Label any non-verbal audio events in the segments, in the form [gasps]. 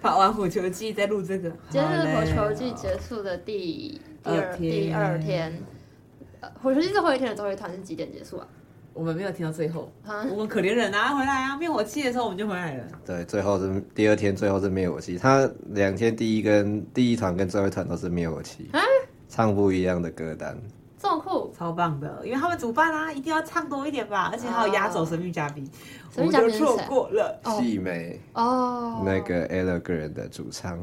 跑完火球季再录这个，今天是火球季好嘞结束的第第二二天第二天，呃火球季最后一天的最后一团是几点结束啊？我们没有听到最后，啊我们可怜人啊，回来啊，灭火器的时候我们就回来了。对，最后是第二天，最后是灭火器。他两天第一跟第一团跟最后一团都是灭火器，啊唱不一样的歌单。这么酷，超棒的，因为他们主办啊，一定要唱多一点哦吧，而且还有压轴神秘嘉宾，我神秘们嘉宾就是错谁过了，哦细美哦，那个 e l l e g a n 的主唱，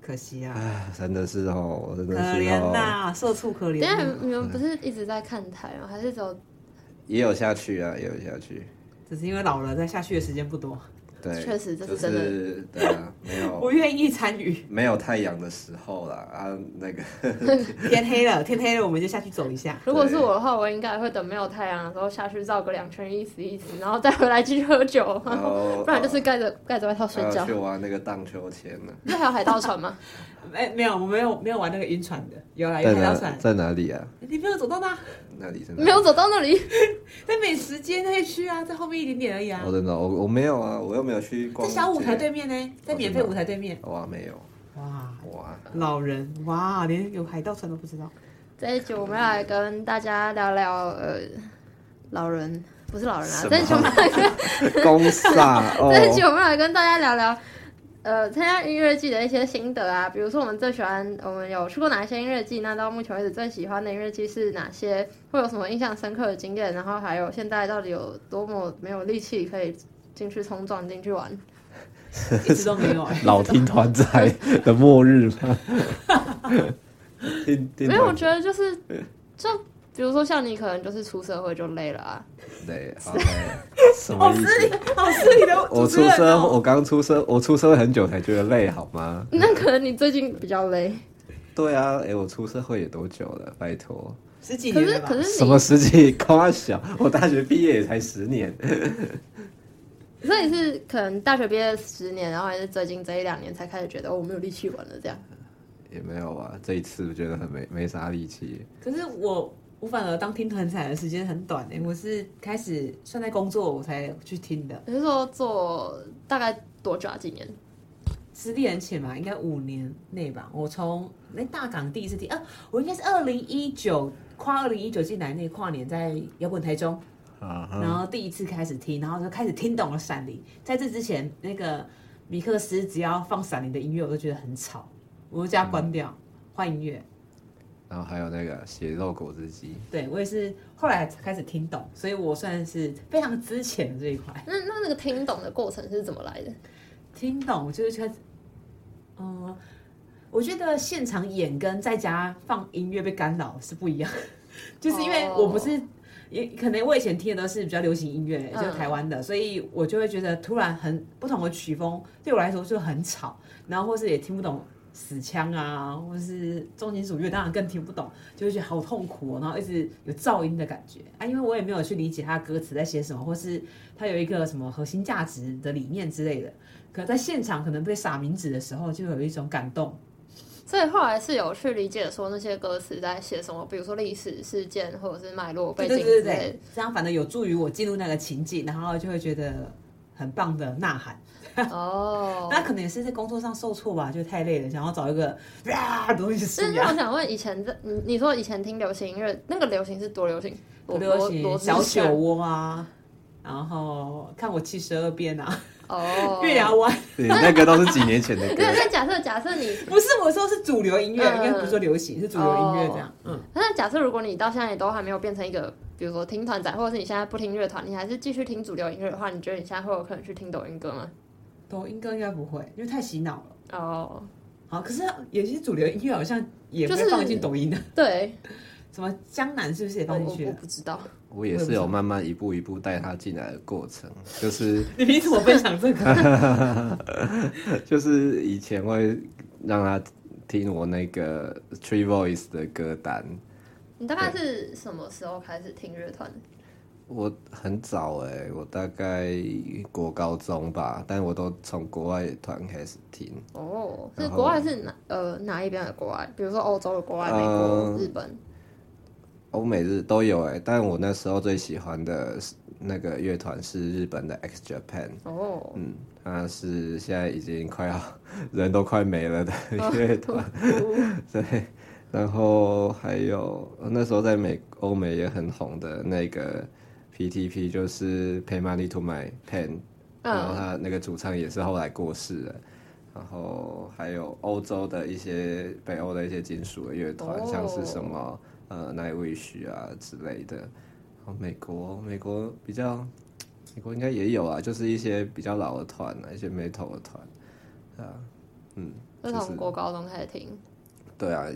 可惜啊，啊真的是哦，真可的是怜哦，呐、社畜可等一下怜、你们不是一直在看台吗？还是只有也有下去啊，也有下去。只是因为老了，在下去的时间不多，啊对，确实这是就真的是对啊，没不有愿意参与。没有太阳的时候啦啊，那个天黑了，天黑了，我们就下去走一下。如果是我的话，我应该会等没有太阳的时候下去绕个两圈，意思意思，然后再回来继续喝酒，然后不然就是盖着盖着外套睡还要 [laughs] 觉啊去。玩那个荡秋千啊呢。那还有海盗船吗？哎、 [laughs] 没有，我没有没有玩那个晕船的，有啦，有在看到哪船，在哪里啊？你没有走到那，那里在哪里没有走到那里，在美食街那一区啊，在后面一点点而已啊哦我，真的，我我没有啊，我又没有去在逛街。小舞台对面呢，在免费舞台对面。哇，没有哇，哇，老人哇，连有海盗船都不知道。这一集我们要来跟大家聊聊呃，老人不是老人啊什，么这一集我们要跟公 [laughs] 煞哦，这一集我们来跟大家聊聊，呃，参加音乐季的一些心得啊，比如说我们最喜欢，我们有去过哪一些音乐季？那到目前为止最喜欢的音乐季是哪些？会有什么印象深刻的经验？然后还有现在到底有多么没有力气可以进去冲撞进去玩？ [laughs] 一直都没有、哎老听团仔的末日吗？听听没有，我觉得就是就。比如说，像你可能就是出社会就累了啊，对，好累 [laughs] 什么意思？ [laughs] 哦，是你的主我持出人社，哦我刚出社，我出社会很久才觉得累，好吗？那可能你最近比较累，对啊，哎、我出社会也多久了？拜托，十几可年是了吧可是什你么，时期？夸小， [laughs] 我大学毕业也才十年。所以是可能大学毕业十年，然后还是最近这一两年才开始觉得哦，我没有力气玩了这样。也没有啊，这一次我觉得很没没啥力气。可是我我反而当听团仔的时间很短哎、我是开始算在工作我才去听的，你是说做大概多久啊？几年？十年前吧，应该五年内吧。我从那大港第一次听，啊，我应该是二零一九跨二零一九进来那跨年在摇滚台中。啊哈然后第一次开始听，然后就开始听懂了《闪灵》。在这之前，那个米克斯只要放《闪灵》的音乐，我都觉得很吵，我就叫它关掉，换音乐。然后还有那个血肉果汁机，对我也是后来才开始听懂，所以我算是非常之前的这一块。那那那个听懂的过程是怎么来的？听懂我就是开始，嗯，我觉得现场演跟在家放音乐被干扰是不一样， [laughs] 就是因为哦我不是。也可能我以前听的都是比较流行音乐，嗯就是台湾的，所以我就会觉得突然很不同的曲风对我来说就很吵，然后或是也听不懂死腔啊，或是重金属乐，当然更听不懂，就会觉得好痛苦哦，然后一直有噪音的感觉啊，因为我也没有去理解他的歌词在写什么，或是他有一个什么核心价值的理念之类的。可在现场可能被撒名字的时候，就有一种感动。所以后来是有去理解说那些歌词在写什么，比如说历史事件或者是脉络背景对之对类的。对，这样反正有助于我进入那个情境，然后就会觉得很棒的呐喊。 [laughs] 哦，那可能也是在工作上受挫吧，就太累了，想要找一个啊东西舒但是压我。想问，以前在你你说以前听流行音乐，那个流行是多流行？流罗罗行罗志小酒祥窝啊，然后看我七十二变啊，哦，月牙湾对，那个都是几年前的歌 [laughs] 没有，。那假设假设你，不是我说是主流音乐，嗯哦应该不是说流行，是主流音乐这样。嗯，那假设如果你到现在都还没有变成一个，比如说听团仔，或者是你现在不听乐团，你还是继续听主流音乐的话，你觉得你现在会有可能去听抖音歌吗？抖音歌应该不会，因为太洗脑了。哦，好，可是有些主流音乐好像也就被是放进抖音的，对，什么江南是不是也我放我进去我了？不知道，我也是有慢慢一步一步带他进来的过程， [laughs] 就是 [laughs] 你凭什么分享这 [laughs] 个？就是以前会让他听我那个 Tree Voice 的歌单，你大概是什么时候开始听乐团？我很早哎、我大概国高中吧，但我都从国外团开始听，哦，是然后国外是哪呃哪一边的国外？比如说欧洲的国外、美国、呃日本。欧美日都有哎、但我那时候最喜欢的是那个乐团是日本的 X Japan，哦，嗯，他是现在已经快要人都快没了的乐团， [laughs] 对。然后还有哦那时候在美欧美也很红的那个 PTP，就是 Pay Money to My Pen，、然后嗯，他那个主唱也是后来过世了。然后还有欧洲的一些北欧的一些金属的乐团，哦像是什么呃 Nightwish 啊之类的。然后美国，美国比较，美国应该也有啊，就是一些比较老的团啊，一些 metal 的团，对啊，嗯，是就是从国高中开始听。对啊，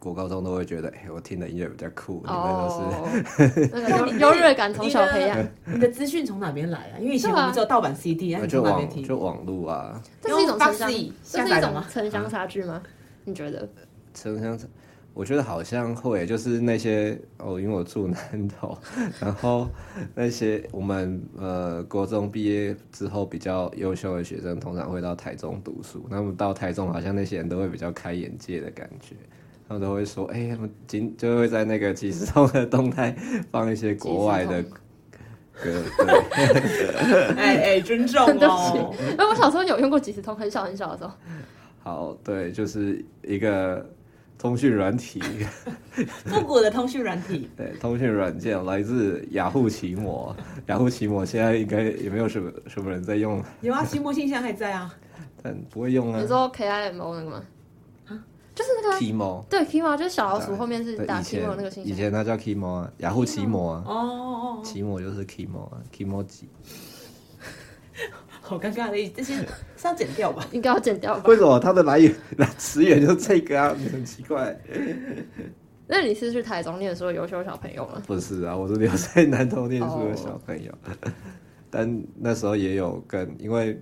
国高中都会觉得，哎，我听的音乐比较酷，你们都是哦，那个优 [laughs] 优越感从小培养。你的资讯从哪边来啊？因为以前对我啊们只有盗版 CD，那那你就从哪边网听？就网路啊， [laughs] 这是一种城乡，用 Foxy 这下是一载的种吗啊城乡差距吗？你觉得？城乡，我觉得好像会，就是那些哦，因为我住南投， [laughs] 然后那些我们呃国中毕业之后比较优秀的学生，通常会到台中读书。那么到台中，好像那些人都会比较开眼界的感觉。他们都会说，哎、他们今就会在那个即时通的动态放一些国外的即时歌，对，哎哎，尊重 [laughs] 对哦不。哎，我小时候有用过即时通，很小很小的时候。好，对，就是一个通讯软体，复古的通讯软体，对，通讯软件来自雅虎奇 [laughs] 摩，雅虎奇摩现在应该也没有什么什么人在用，有啊，新木信箱还在啊。但不会用啊你。说 K I M O 那个吗？就是那个啊 [laughs] Kimo，对 Kimo，就是小老鼠对啊后面是对，打以 Kimo 那个前信以箱。前它叫 Kimo 啊，雅虎奇摩啊，哦哦哦哦，奇摩就是 Kimo 啊，Kimo 几？好尴尬的意思，这些是要剪掉吧？应该要剪掉吧为？什么它的来源 [laughs] 词源就是这个啊？ [laughs] 很奇怪。那你是去台中念书的优秀小朋友吗？不是啊，我是留在南投念书的小朋友，但那时候也有跟，因为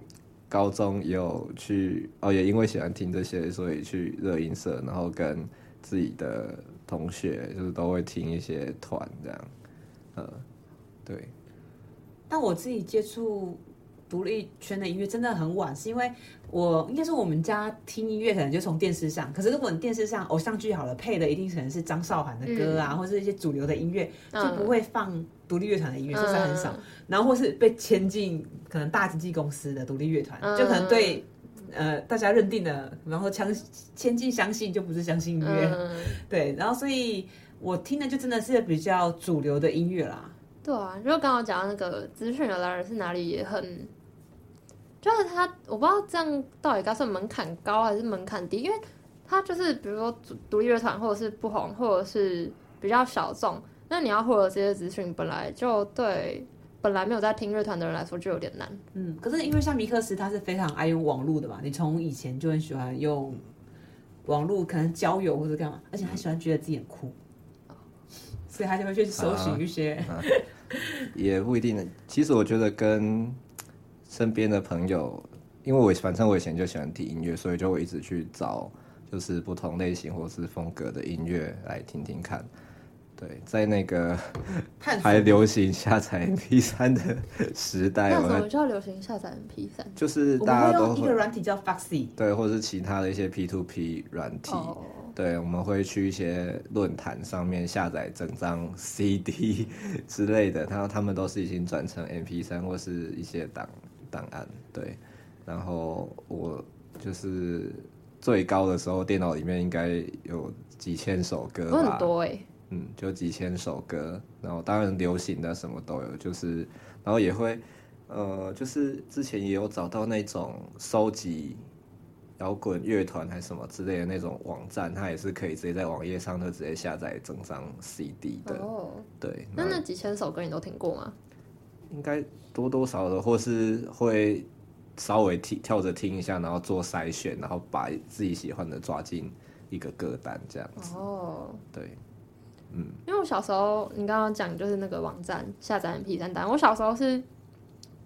高中也有去哦，也因为喜欢听这些，所以去热音社，然后跟自己的同学就是都会听一些团这样，呃，对， [laughs] 但我自己接触独立圈的音乐真的很晚，是因为我应该说我们家听音乐可能就从电视上，可是如果你电视上偶像剧好了配的一定可能是张韶涵的歌啊，或是一些主流的音乐，就嗯不会放独立乐团的音乐，就是很少嗯。然后或是被签进可能大经纪公司的独立乐团，嗯就可能对。呃，大家认定的，然后相签进相信就不是相信音乐，嗯，对，然后所以我听的就真的是比较主流的音乐啦，对啊，如果刚刚讲到那个资讯的来源是哪里，也很，就是他，我不知道这样到底该算门槛高还是门槛低，因为他就是比如说独独立乐团，或者是不红，或者是比较小众，那你要获得这些资讯，本来就对本来没有在听乐团的人来说就有点难。嗯，可是因为像米克斯，他是非常爱用网络的嘛，你从以前就很喜欢用网络，可能交友或者干嘛，而且他喜欢觉得自己很酷，所以他就会去搜寻一啊些。也不一定。其实我觉得跟身边的朋友，因为我反正我以前就喜欢听音乐，所以就会一直去找就是不同类型或是风格的音乐来听听看。对，在那个 [laughs] 探索还流行下载 MP 3的时代，那我什们么叫流行下载 MP 三？就是我大们家会都用一个会软体叫 Foxy，对，或者是其他的一些 P to P 软体。哦，对，我们会去一些论坛上面下载整张 [laughs] CD 之类的，然后他们都是已经转成 MP3 或是一些档档案。对，然后我就是最高的时候，电脑里面应该有几千首歌我吧，很多哎、嗯，就几千首歌，然后当然流行的什么都有，就是然后也会呃，就是之前也有找到那种收集摇滚乐团还是什么之类的那种网站，它也是可以直接在网页上就直接下载整张 CD 的，哦，对，那那几千首歌你都听过吗？应该多多少少，或是会稍微听跳着听一下，然后做筛选，然后把自己喜欢的抓进一个歌单这样子。哦，对，因为我小时候，你刚刚讲就是那个网站下载 MP 三单，我小时候是，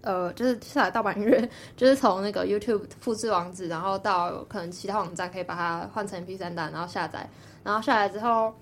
呃，就是下载盗版音乐，就是从那个 YouTube 复制网址，然后到可能其他网站可以把它换成 MP 三单，然后下载，然后下来之后，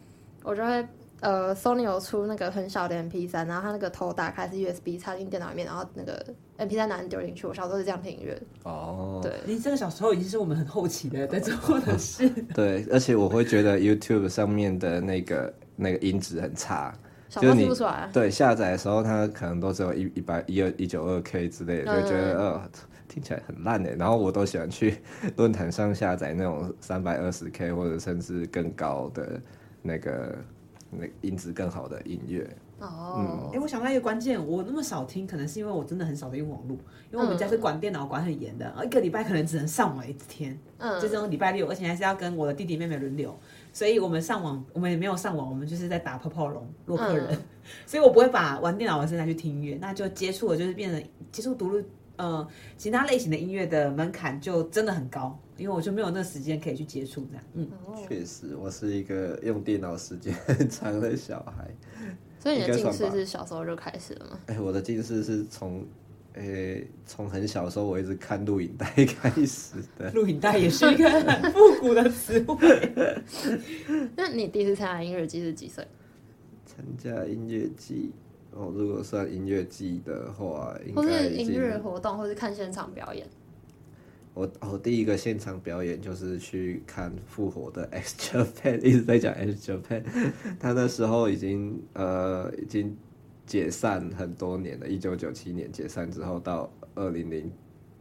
我就会。呃，Sony 有出那个很小的 MP 三，然后它那个头打开是 USB 插进电脑里面，然后那个 MP 三拿丢进去。我小时候是这样听音乐的，哦，对，你这个小时候已经是我们很后期的在做的事， [laughs] 对，而且我会觉得 YouTube 上面的那个那个音质很差，小时就候是听你不出来啊。对下载的时候它可能都只有一一百一二一九二 K 之类的，就觉得呃听起来很烂欸的。然后我都喜欢去论坛上下载那种三百二十 K 或者甚至更高的那个那音质更好的音乐。哦嗯哎、，我想到一个关键，我那么少听，可能是因为我真的很少在用网络，因为我们家是管电脑管很严的，一个礼拜可能只能上网一天，嗯就这种礼拜六，而且还是要跟我的弟弟妹妹轮流，所以我们上网，我们也没有上网，我们就是在打泡泡龙洛克人，嗯 [laughs] 所以我不会把玩电脑的时间拿去听音乐，那就接触的就是变成接触独立。呃，其他类型的音乐的门槛就真的很高，因为我就没有那时间可以去接触这样。嗯，哦确实，我是一个用电脑时间很长的小孩。所以你的应该近算视吧是小时候就开始了吗？ [laughs] 哎、我的近视是从，哎、从很小的时候我一直看录影带开始的。录影带也是一个很复古的词汇。那你第一次参加音乐季是几岁？参加音乐季，哦，如果算音乐季的话，应或该是已音经乐活动，或是看现场表演。我我第一个现场表演就是去看复活的 X Japan，一直在讲 X Japan，他那时候已经呃已经解散很多年了，一九九七年解散之后到二零零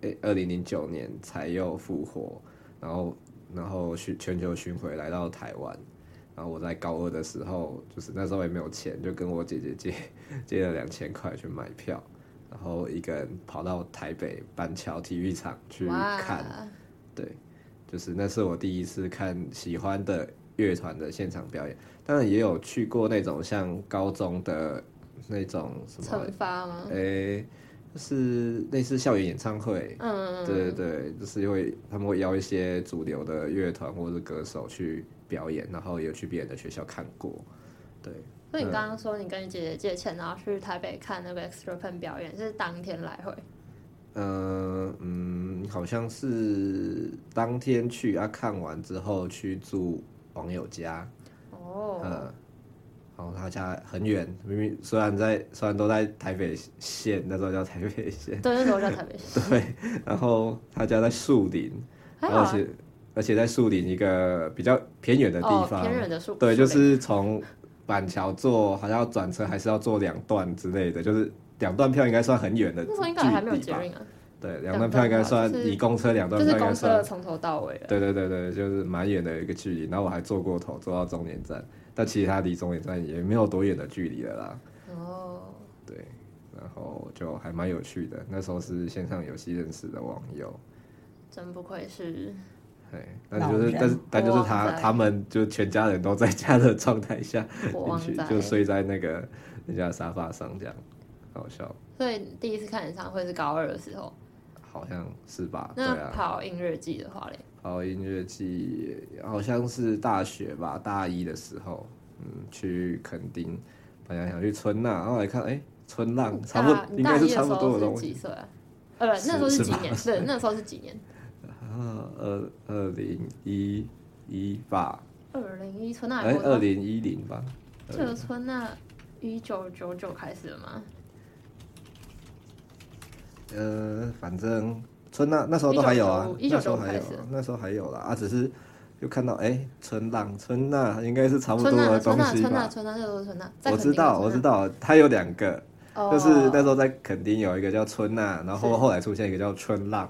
诶二零零九年才又复活，然后然后巡全球巡回来到台湾，然后我在高二的时候，就是那时候也没有钱，就跟我姐姐借借了两千块去买票。然后一个人跑到台北板桥体育场去看，哇，对，就是那是我第一次看喜欢的乐团的现场表演，当然也有去过那种像高中的那种什么惩，罚吗？诶、就是类似校园演唱会，嗯，对对对，就是会他们会邀一些主流的乐团或者是歌手去表演，然后有去别人的学校看过，对，所嗯以你刚刚说你跟你姐姐借钱，然后去台北看那个 Extra Pen 表演，是当天来回。呃，嗯，好像是当天去啊，看完之后去住网友家，哦，嗯，然后他家很远，明明虽然在虽然都在台北县，那时候叫台北县， [laughs] 对，那时候在台北。对，然后他家在树林，还然好后而啊，且而且在树林一个比较偏远的地哦，方，偏远的树。对，就树林是从板桥坐，好像要转车，还是要坐两段之类的，就是两段票应该算很远的距那离时候吧。应该还没有捷运啊，对，两两段段票应该票算就是以公车两就段是票应公该车算，从头到尾了。对对对对，就是蛮远的一个距离。然后我还坐过头，坐到终点站，但其实它离终点站也没有多远的距离了啦。哦，对，然后就还蛮有趣的。那时候是线上游戏认识的网友，真不愧是。对，但就是老人但是但就是哇他塞他们就全家人都在家的状 [laughs] 态下国王进去仔欸就睡在那个人家的沙发上这样，好笑，所以你第一次看演唱会是高二的时候，好像是吧？对那啊。跑音乐季的话嘞，跑音乐季好像是大学吧，大一的时候，嗯，去垦丁，本来想去春浪，后来看，哎、春浪差不哦大多，你应大该一的是时差不多候的是东几西。岁啊？呃，那时候是十几年？ 18对，那时候是几年？啊，二二零一一吧， [laughs] 二零一春那哎、还二零一零吧，这个村那一九九九开始了吗？呃，反正春浪那时候都还有啊， 1995那时候还有开始啊，那时候还有啦，啊，只是就看到，哎、春浪，春浪应该是差不多村的那东村那西村那吧。村那这都是村那，在垦我丁知的道，我知村道，它有两个，那，就是那哦时候在垦丁有一个叫春娜，然后是后来出现一个叫春浪，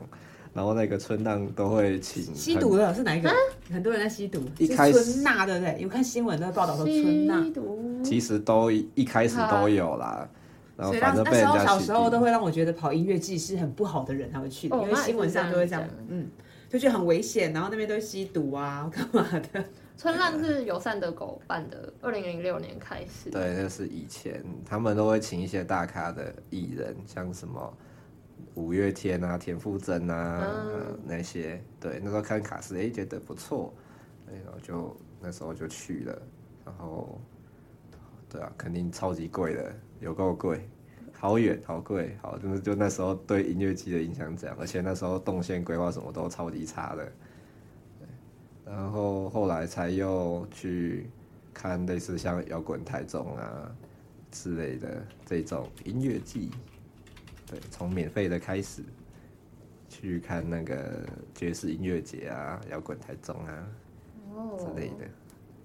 然后那个春浪都会请 [laughs] 吸很毒的是哪一个？ [laughs] 很多人在吸毒，一是开始春娜对不对？有看新闻都会报道说春吸娜，毒，其实都一一开始都有啦，然后所以哦让反正那被时人候家小洗时候地都会让我觉得跑音乐季是很不好的人才会去的，哦因为新闻上都会这样那也是，嗯，就觉得很危险，然后那边都吸毒啊，干嘛的？春浪是友善的狗办的，二零零六年开始。对，那是以前他们都会请一些大咖的艺人，像什么五月天啊、田馥甄啊、嗯呃那些。对，那时候看卡斯，哎、觉得不错，对然后就那时候就去了，然后对啊，肯定超级贵的，有够贵。好远，好贵，好，就是就那时候对音乐季的影响这样，而且那时候动线规划什么都超级差的，对，然后后来才又去看类似像摇滚台中啊之类的这种音乐季，对，从免费的开始去看那个爵士音乐节啊、摇滚台中啊哦之类的。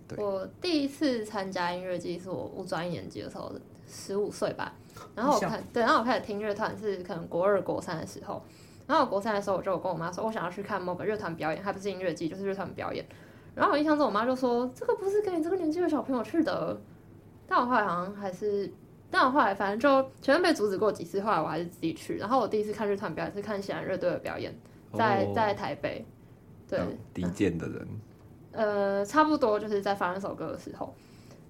对我第一次参加音乐季是我五专一年级的时候，十五岁 [laughs] 吧。然后我很小看，对，然后我开始听乐团是可能国二、国三的时候。然后我国三的时候，我就有跟我妈说，我想要去看某个乐团表演，还不是音乐季，就是乐团表演。然后我印象中，我妈就说：“这个不是给你这个年纪的小朋友去的。”但我后来好像还是，但我后来反正就前面被阻止过几次，后来我还是自己去。然后我第一次看乐团表演是看喜兰乐队的表演，在哦在台北。对，啊当低贱的人，呃，差不多就是在发那首歌的时候，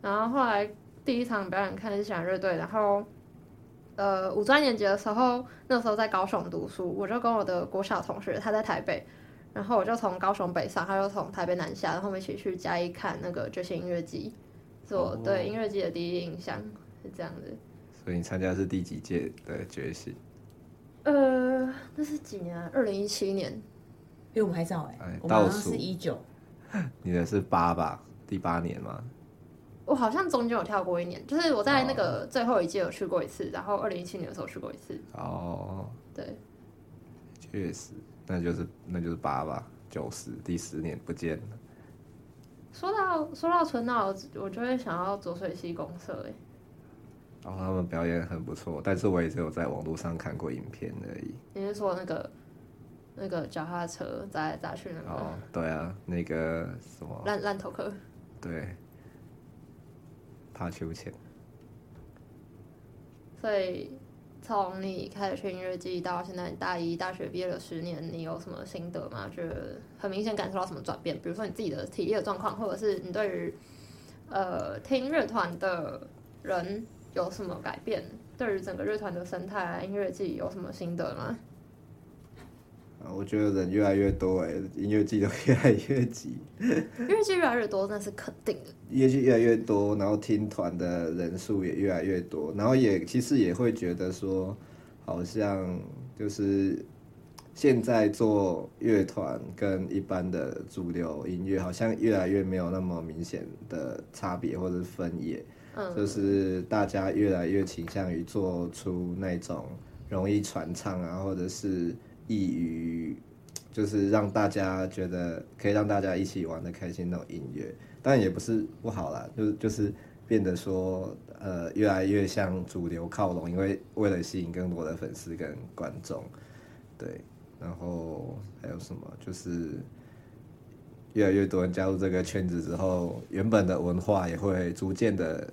然后后来第一场表演看是喜欢乐队，然后呃五专年级的时候，那时候在高雄读书，我就跟我的国小同学，他在台北，然后我就从高雄北上，他就从台北南下，然后我们一起去嘉义看那个爵士音乐季，是我哦对音乐季的第一印象是这样子。所以你参加的是第几届的爵士？呃，那是几年、啊？二零一七年。因为我们还早哎哎，我们好倒像数是一九，你的是八吧，第八年嘛。我好像中间有跳过一年，就是我在那个最后一届有去过一次，然后二零一七年的时候去过一次，哦，对。确实，那就是那就是八吧，九十第十年不见了。说到说到春娜，我我就会想要浊水溪公社哎、然哦后他们表演很不错，但是我也只有在网络上看过影片而已。你是说那个那个脚踏车砸来砸去那个哦，对啊，那个什么，烂烂头壳？对，怕秋千。所以从你开始去音乐季到现在大一大学毕业了十年，你有什么心得吗？觉得很明显感受到什么转变？比如说你自己的体力的状况，或者是你对于呃听乐团的人有什么改变？对于整个乐团的生态、啊、音乐季有什么心得吗？啊，我觉得人越来越多哎、音乐季都 [laughs] 越来越挤，音乐季越来越多，那是肯定的。音乐季越来越多，然后听团的人数也越来越多，然后也其实也会觉得说，好像就是现在做乐团跟一般的主流音乐好像越来越没有那么明显的差别或者是分野，嗯，就是大家越来越倾向于做出那种容易传唱啊，或者是易于，就是让大家觉得可以让大家一起玩的开心那种音乐，但也不是不好啦，就是就是变得说呃越来越向主流靠拢，因为为了吸引更多的粉丝跟观众，对，然后还有什么就是。越来越多人加入这个圈子之后，原本的文化也会逐渐的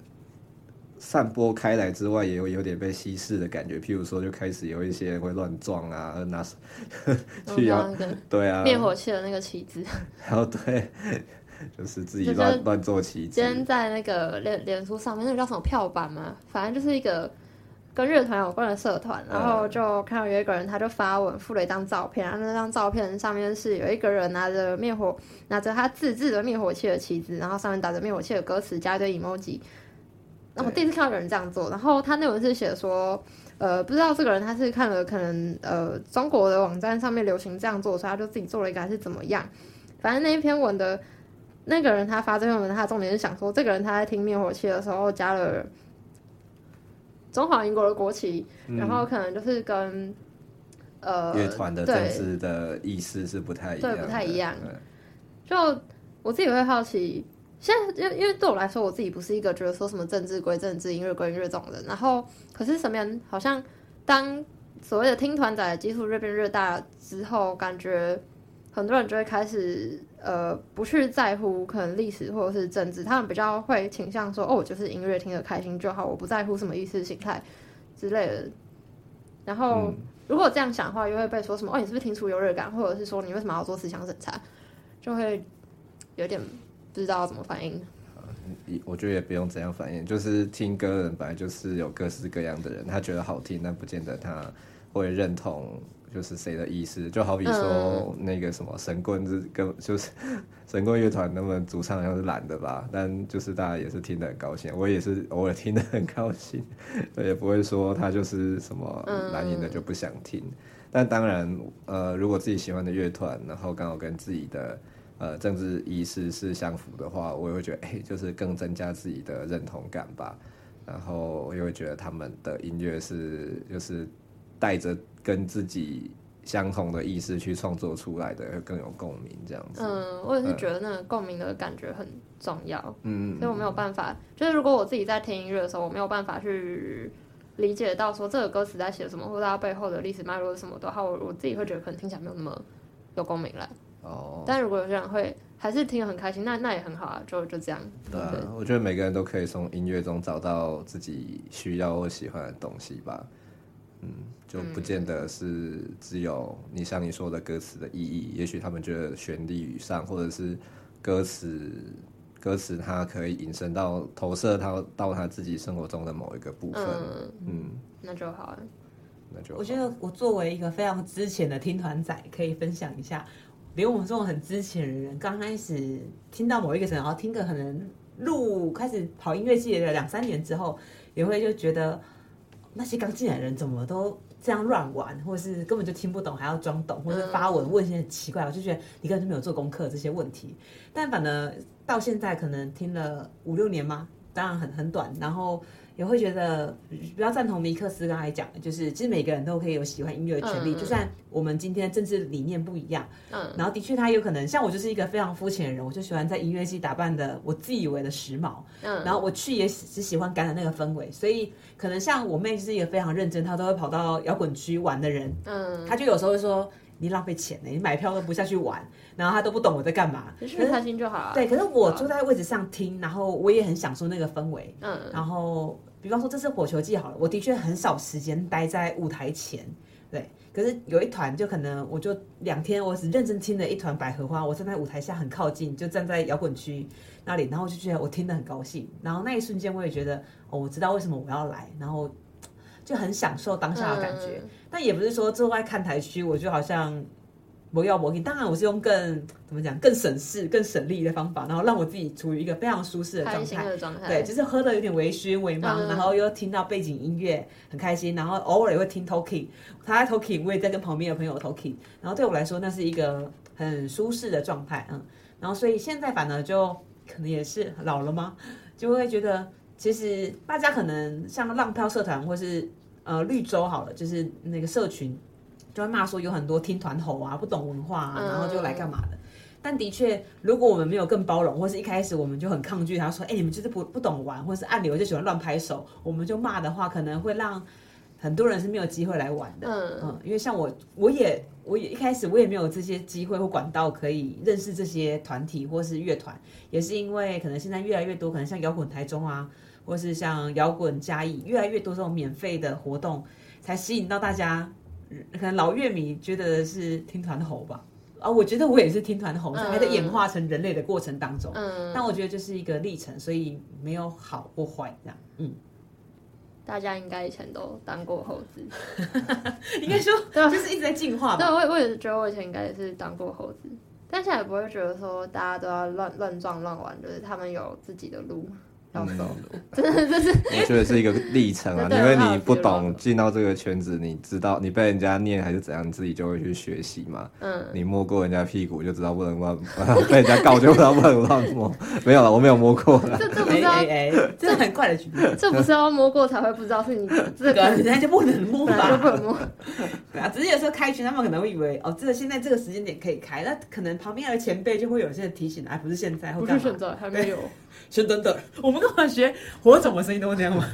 散播开来之外，也有有点被稀释的感觉。譬如说，就开始有一些人会乱撞啊，拿手去然摇，后那个对啊，灭火器的那个旗子，然后对， [laughs] 就是自己就是乱乱做旗今帜天。在那个脸脸书上面，那个叫什么票版嘛，反正就是一个跟乐团有关的社团，然嗯后就看到有一个人他就发文附了一张照片，然后那张照片上面是有一个人拿着灭火，拿着他自制的灭火器的旗子，然后上面打着灭火器的歌词，加一堆 emoji。那我对第一次看到有人这样做，然后他内文是写说，呃，不知道这个人他是看了可能呃中国的网站上面流行这样做，所以他就自己做了一个还是怎么样。反正那一篇文的那个人他发这篇文，他的重点是想说，这个人他在听灭火器的时候加了中华民国的国旗，然后可能就是跟呃乐团的政对治的意识是不太一样的，对不太一样对就我自己会好奇，现在因为因为对我来说，我自己不是一个觉得说什么政治归政治、音乐归音乐这种人。然后，可是身边好像当所谓的听团仔的基数越变越大之后，感觉很多人就会开始呃不去在乎可能历史或者是政治，他们比较会倾向说哦，我就是音乐听得开心就好，我不在乎什么意识形态之类的。然后、如果这样想的话，又会被说什么哦，你是不是听出优越感，或者是说你为什么要做思想审查，就会有点不知道怎么反应。也我觉得也不用怎样反应，就是听歌的人本来就是有各式各样的人，他觉得好听，但不见得他会认同就是谁的意思。就好比说那个什么神棍是跟就是 [laughs] 神棍乐团，那么主唱好像是懒的吧，但就是大家也是听得很高兴，我也是偶尔听得很高兴， [laughs] 也不会说他就是什么蓝营的就不想听。但当然，呃，如果自己喜欢的乐团，然后刚好跟自己的呃政治意识是相符的话，我也会觉得，哎、就是更增加自己的认同感吧。然后我也会觉得他们的音乐是就是带着跟自己相同的意识去创作出来的，会更有共鸣这样子。嗯，我也是觉得那个共鸣的感觉很重要，嗯，所以我没有办法，就是如果我自己在听音乐的时候，我没有办法去理解到说这个歌词在写什么，或者它背后的历史脉络是什么的话，我我自己会觉得可能听起来没有那么有共鸣了。哦，但如果有些人会还是听得很开心，那那也很好啊，就就这样。对啊，我觉得每个人都可以从音乐中找到自己需要或喜欢的东西吧。嗯，就不见得是只有你像你说的歌词的意义，也许他们觉得旋律与上，或者是歌词歌词它可以引申到投射到到他自己生活中的某一个部分。嗯，嗯，那就好了。那就我觉得我作为一个非常之前的听团仔，可以分享一下，连我们这种很之前的人，刚开始听到某一个人，然后听个可能录开始跑音乐季的两三年之后，也会就觉得那些刚进来的人怎么都这样乱玩，或是根本就听不懂，还要装懂，或是发文问一些很奇怪，我就觉得你根本就没有做功课这些问题。但反而到现在可能听了五六年嘛，当然很很短，然后也会觉得比较赞同尼克斯刚才讲的，就是其实每个人都可以有喜欢音乐的权利，嗯就算我们今天的政治理念不一样，嗯，然后的确他有可能像我就是一个非常肤浅的人，我就喜欢在音乐季打扮的我自以为的时髦，嗯，然后我去也只喜欢感染那个氛围，所以可能像我妹就是一个非常认真，她都会跑到摇滚区玩的人，嗯，她就有时候会说你浪费钱呢、欸你买票都不下去玩，然后她都不懂我在干嘛。只是开心就好啊。对，可是我坐在位置上听，然后我也很享受那个氛围。嗯然后，比方说这次火球季好了，我的确很少时间待在舞台前，对。可是有一团就可能我就两天，我只认真听了一团百合花，我站在舞台下很靠近，就站在摇滚区那里，然后我就觉得我听得很高兴，然后那一瞬间我也觉得哦，我知道为什么我要来，然后就很享受当下的感觉。嗯但也不是说坐在看台区，我就好像我要我给。当然，我是用更怎么讲、更省事、更省力的方法，然后让我自己处于一个非常舒适的开状心态。的状态。对，就是喝的有点微醺、微茫，嗯然后又听到背景音乐，很开心，然后偶尔也会听 talking，他在 talking，我也在跟旁边的朋友 talking，然后对我来说那是一个很舒适的状态，嗯，然后所以现在反而就可能也是老了吗，就会觉得其实大家可能像浪漂社团或是呃绿洲好了，就是那个社群就会骂说有很多听团吼啊，不懂文化啊，嗯然后就来干嘛的。但的确，如果我们没有更包容，或是一开始我们就很抗拒他说，哎、你们就是不不懂玩，或是按钮就喜欢乱拍手，我们就骂的话，可能会让很多人是没有机会来玩的。嗯嗯，因为像我，我也我也一开始我也没有这些机会或管道可以认识这些团体或是乐团，也是因为可能现在越来越多，可能像摇滚台中啊，或是像摇滚嘉义，越来越多这种免费的活动，才吸引到大家。可能老乐迷觉得是听团吼吧，啊，我觉得我也是听团吼，嗯还在演化成人类的过程当中。嗯，但我觉得就是一个历程，所以没有好或坏这样。 [laughs] 嗯，大家应该以前都当过猴子。应该说对啊就是一直在进化对，吧。我也我也是觉得我以前应该也是当过猴子，但现在也不会觉得说大家都要乱乱撞乱玩，就是他们有自己的路要走。，我觉得是一个历程啊真的因为你不很好懂进到这个圈子，你知道你被人家念还是怎样，你自己就会去学习嘛。嗯，你摸过人家屁股就知道不能乱， [laughs] 被人家告就知道不能乱摸。没有了，我没有摸过啦。这啊这不哎是要、哎哎，这很快的举例，这不是要摸过才会不知道是 [laughs] 你这这个啊人个家就不能摸本来就不吧？能摸。对啊，只是有时候开群，他们可能会以为哦，这个现在这个时间点可以开，那可能旁边的前辈就会有些提醒，哎，不是现在，或不干是嘛选择，还没有。先等等，我们干嘛学火种的声音都这样吗？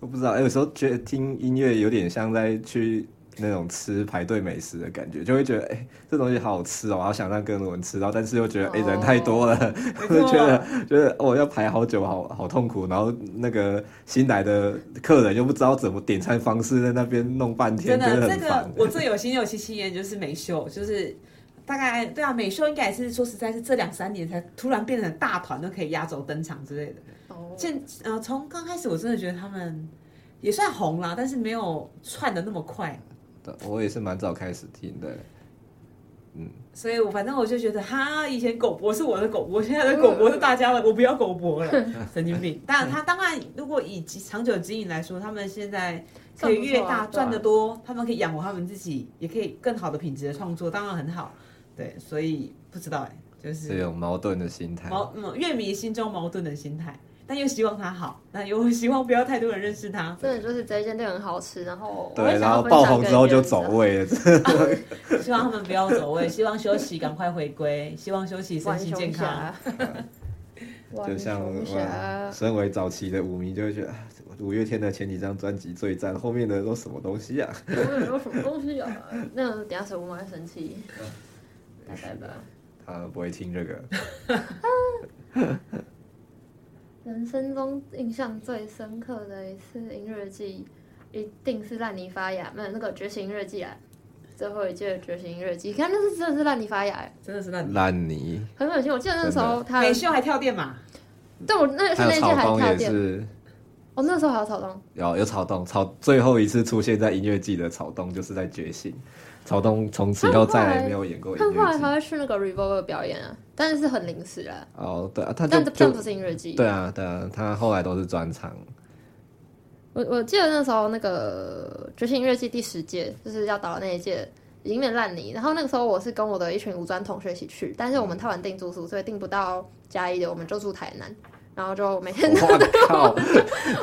我不知道，哎有时候觉得听音乐有点像在去那种吃排队美食的感觉，就会觉得哎、这东西好好吃哦，好想让更多人吃到，但是又觉得哎、人太多哦了，没 [laughs] 就错啊觉得觉得哦要排好久，好好痛苦。然后那个新来的客人又不知道怎么点餐方式，在那边弄半天，真真的，的这很个烦。 [laughs] 我最有心有戚戚焉就是美秀，就是大概对啊，美秀应该也是说实在是这两三年才突然变成大团都可以压轴登场之类的。哦，现呃，从刚开始我真的觉得他们也算红啦，但是没有窜的那么快，我也是蛮早开始听的，所以我反正我就觉得哈，以前狗博是我的狗博，现在的狗嗯博是大家的，我不要狗博 [laughs] 了，神经病。但他当然，如果以长久经营来说，他们现在可以越大赚赚不错啊得多，他们可以养活他们自己，也可以更好的品质的创作，当然很好。对，所以不知道哎、就这是种矛盾的心态。矛嗯，乐迷心中矛盾的心态，但又希望他好，那又希望不要太多人认识他。 [laughs] 真的就是这一间店很好吃，然后我对，也想然要后分享爆红给之后别就人走知道位了，希望他们不要走位，希望休息赶快回归，希望休息身浣心熊健康。侠， [laughs] 浣就像熊哇侠，身为早期的舞迷，就会觉得啊五月天的前几张专辑最赞，后面的都什么东西啊？我也没有什么东西啊。那等一下水母会生气，嗯拜拜吧。他不会听这个。人生中印象最深刻的一次音乐季，一定是烂泥发芽，没有那个觉醒音乐季啊，最后一届的觉醒音乐季，看那是真的是烂泥发芽欸，真的是烂。烂泥，很恶心。我记得那时候他美，秀还跳电嘛？但我那是还那有一届草还东跳也电，是，我、哦那时候还有草东，有有草东，草最后一次出现在音乐季的草东就是在觉醒，草东从此以后再来没有演过音他后乐来还季。会去那个 Revolver 表演啊，但是很临时啦，哦，对啊，他就但但就不是音乐季。对啊，对啊，他后来都是 [laughs] 专场，我我记得那时候那个觉醒音乐季第十届，就是要倒的那一届，已经变烂泥。然后那个时候我是跟我的一群五专同学一起去，但是我们太晚订住宿，所以订不到嘉义的，我们就住台南。然后就每哦天，我靠，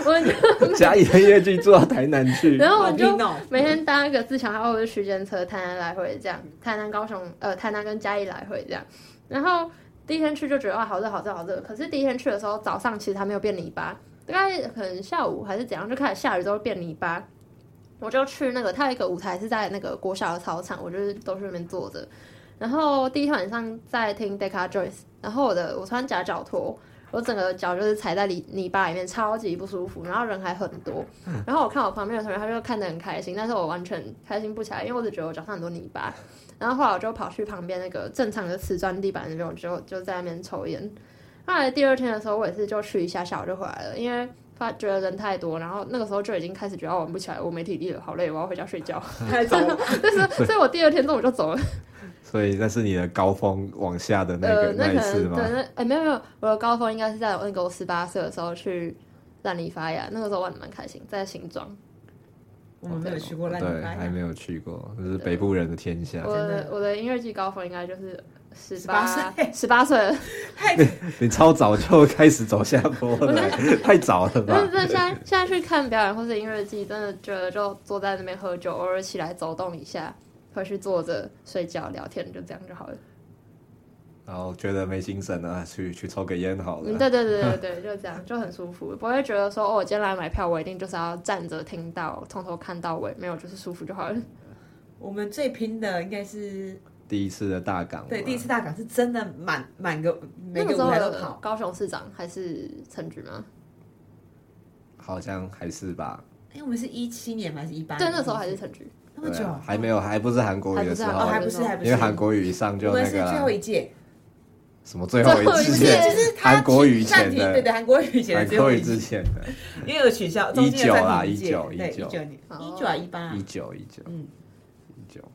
我 [laughs] 们就嘉义的音乐剧做到台南去，然后我们就好拼哦每天搭一个自强号或者区间车，台南来回这样，台南高雄呃台南跟嘉义来回这样。然后第一天去就觉得哇好热好热好热，可是第一天去的时候早上其实还没有变泥巴，大概可能下午还是怎样就开始下雨之后变泥巴。我就去那个，它有一个舞台是在那个国小的操场，我就是都去那边坐着。然后第一天晚上在听 Deca Joyce，然后我的我穿夹脚拖，我整个脚就是踩在泥泥巴里面，超级不舒服。然后人还很多，然后我看我旁边的同学，他就看得很开心，但是我完全开心不起来，因为我只觉得我脚上很多泥巴。然后后来我就跑去旁边那个正常的瓷砖地板那种，就就在那边抽烟。后来第二天的时候，我也是就去一下下我就回来了，因为发觉得人太多，然后那个时候就已经开始觉得我玩不起来，我没体力了，好累，我要回家睡觉。太走了。但是， [laughs] 所以我第二天中午就走了。所以那是你的高峰往下的那个、呃，那一可次能吗对，？那哎、没有没有，我的高峰应该是在我那个我十八岁的时候去烂泥发芽，那个时候玩的蛮开心，在新庄。 [laughs] 我们没有去过烂泥对，巴还没有去过，这是北部人啊的天下。我真的的我的音乐季高峰应该就是十18八十八岁了，太你超早就开始走下坡了，太早了但吧是？真的现在现在去看表演或是音乐季，真的觉得就坐在那边喝酒，偶尔起来走动一下，回去坐着睡觉聊天，就这样就好了。然后觉得没精神了，啊去去抽个烟好嗯，了。对对对对对，就这样就很舒服，不会觉得说哦，我今天来买票，我一定就是要站着听到从头看到尾，没有就是舒服就好了。我们最拼的应该是第一次的大港嘛，对第一次大港是真的满满个每那个个时舞候台都的跑，高雄市长还是陈局吗？好像还是吧，因为哎我们是一七年还是一八？对，那时候还是陈局。那么对久啊，还没有，还不是韩国语的时还哦，候是，还不是还不是，因为韩国语一上就我们那是最个后啦一届，什么最后最后一一不届是届就是他韩国语暂前停，对对，的，韩国语前韩的最后国一语届之，啊前的，因为有取消，中间有19啦暂停一届， 19对19 19年哦一九啊一八啊一，九一九嗯，一九。嗯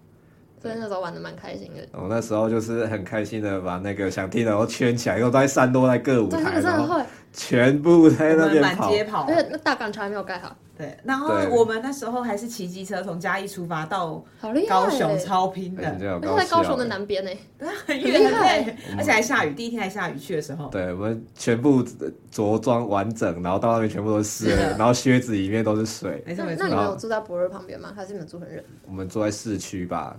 所以那时候玩的蛮开心的。我那时候就是很开心的把那个想听的都圈起来，然后都在散落在各舞对，那台，个真然的后会，全部啊我在啊那们边满跑。街跑而，且那大港桥还没有盖好，对，然后对我们那时候还是骑机车从嘉义出发到好厉害！高雄，超拼哎你的这，有那是在笑高雄的欸南边呢。很很厉远很害累，嗯而且还下雨，第一天还下雨去的时候，对，我们全部呃着装完整，然后到那边全部都湿是了，的然后靴子里面都是水。没错那没那你错，们有住在博瑞旁边吗？还是你们住很远？我们住在市区吧，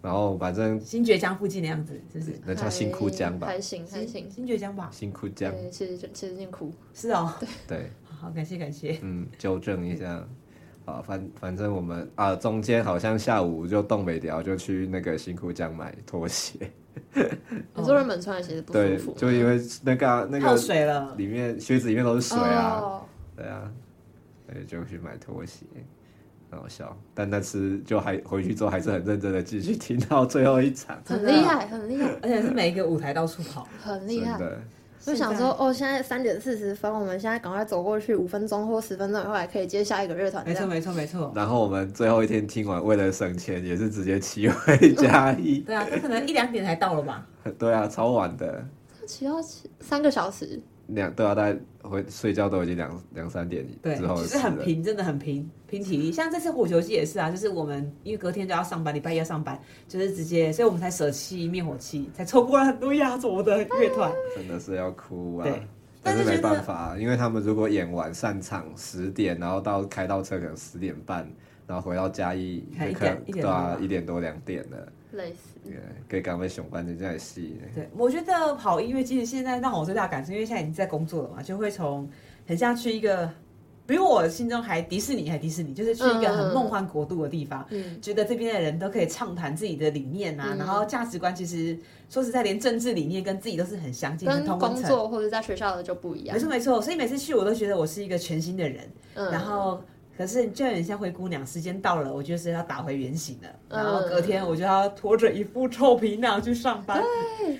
然后反正新觉江附近的样子，是不是？那叫新还枯江吧，还行还行。新觉江吧，新枯江。对，其实其实挺苦。是哦，对，好，感谢感谢。嗯，纠正一下，啊，反反正我们啊，中间好像下午就动没聊，就去那个新裤江买拖鞋。很多人本穿的鞋子不舒对服，，就因为那个啊、那泡个水了。里面靴子里面都是水啊，哦对啊，所以就去买拖鞋，很好笑。但那次就还回去之后还是很认真的继续听到最后一场，很厉害，很厉害，而且是每一个舞台到处 [laughs] 跑，很真厉害。的就想说，哦，现在三点四十分，我们现在赶快走过去，五分钟或十分钟以后还可以接下一个乐团。没错这样没错没错，然后我们最后一天听完，为了省钱，也是直接骑回嘉义。对啊，他可能一两点才到了吧， [laughs] 对啊，超晚的，只要骑三个小时，两对啊，大概回睡觉都已经两两三点对，之后其的实事很了。平，真的很平，拼体力。像这次火球季也是啊，就是我们因为隔天就要上班，礼拜一要上班，就是直接，所以我们才舍弃灭火器，才错过了很多压轴的乐团。真的是要哭啊对！但是但是没觉得办法，啊因为他们如果演完散场十点，然后到开到车可能十点半，然后回到嘉义，看一可能点一点对啊多吧，一点多两点了，累死。给港妹熊班人家的戏嗯呢。对，我觉得跑音乐季现在让我最大的感受，因为现在已经在工作了嘛，就会从很像去一个比我心中还迪士尼还迪士尼，就是去一个很梦幻国度的地方，嗯觉得这边的人都可以畅谈自己的理念啊，嗯然后价值观其实说实在，连政治理念跟自己都是很相近，很跟同温工层。作或者在学校的就不一样没。错没错，所以每次去我都觉得我是一个全新的人，嗯，然后可是就很像灰姑娘，时间到了，我就是要打回原形了。嗯然后隔天我就要拖着一副臭皮囊去上班，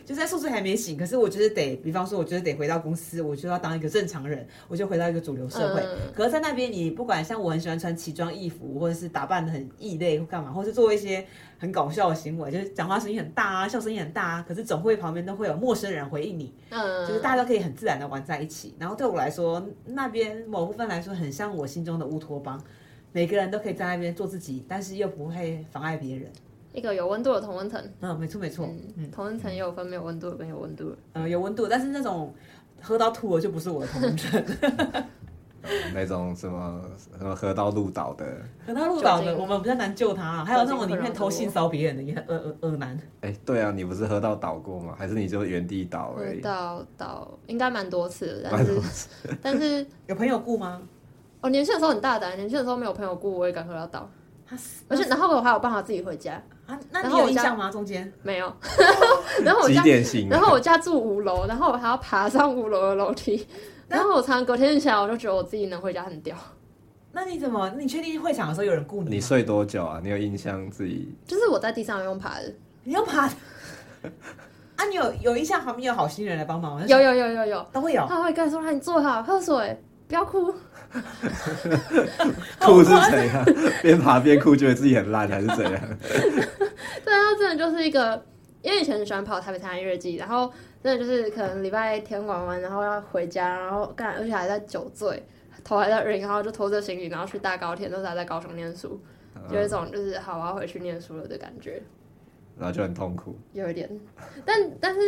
就在宿舍还没醒，可是我就是得，比方说，我就是得回到公司，我就要当一个正常人，我就回到一个主流社会。嗯可是，在那边你不管像我很喜欢穿奇装异服，或者是打扮的很异类或干嘛，或是做一些很搞笑的行为，就是讲话声音很大啊，笑声音很大啊，可是总会旁边都会有陌生人回应你。嗯，就是大家都可以很自然的玩在一起。然后对我来说，那边某部分来说，很像我心中的乌托邦，每个人都可以在那边做自己，但是又不会妨碍别人。一个有温度的同温层，嗯，没错没错，嗯，同温层也有分没有温度的跟有温度的。嗯、有温度，但是那种喝到吐了就不是我的同温层，那种什么什么河道鹿岛的，喝到鹿岛酒的精我们比较难救他、啊，还有那种里面偷性骚别人的也很恶恶恶难。哎、对啊，你不是河道倒过吗？还是你就原地倒而我已？到到应该蛮多次的，但是但是有朋友雇吗？我年轻的时候很大胆，年轻的时候没有朋友雇，我也敢喝到倒，他死而且然后我还有办法自己回家，啊，那然你后我有印家象吗？中间没有。 [laughs] 然后我哦几家点醒啊？然后我家住五楼，然后我还要爬上五楼的楼梯，然后我常常隔天起来，我就觉得我自己能回家很屌，那你怎么？你确定会场的时候有人雇你吗？你睡多久啊？你有印象自己？就是我在地上用爬的，你要爬 [laughs] 啊？你有有印象旁边有好心人来帮忙吗？有有有有有，都会有。他会跟你说啊让你坐好，喝水，不要哭， [laughs] 哭是怎样？边爬边哭，觉得自己很烂还是怎 [laughs] 样？对啊，真的就是一个，因为以前很喜欢跑台北台南音乐季，然后真的就是可能礼拜天玩完，然后要回家，然后干，而且还在酒醉，头还在晕，然后就拖着行李，然后去搭高铁，那时候还在高雄念书，嗯有一种就是好，我要回去念书了的感觉，然后就很痛苦。有一点，但但是。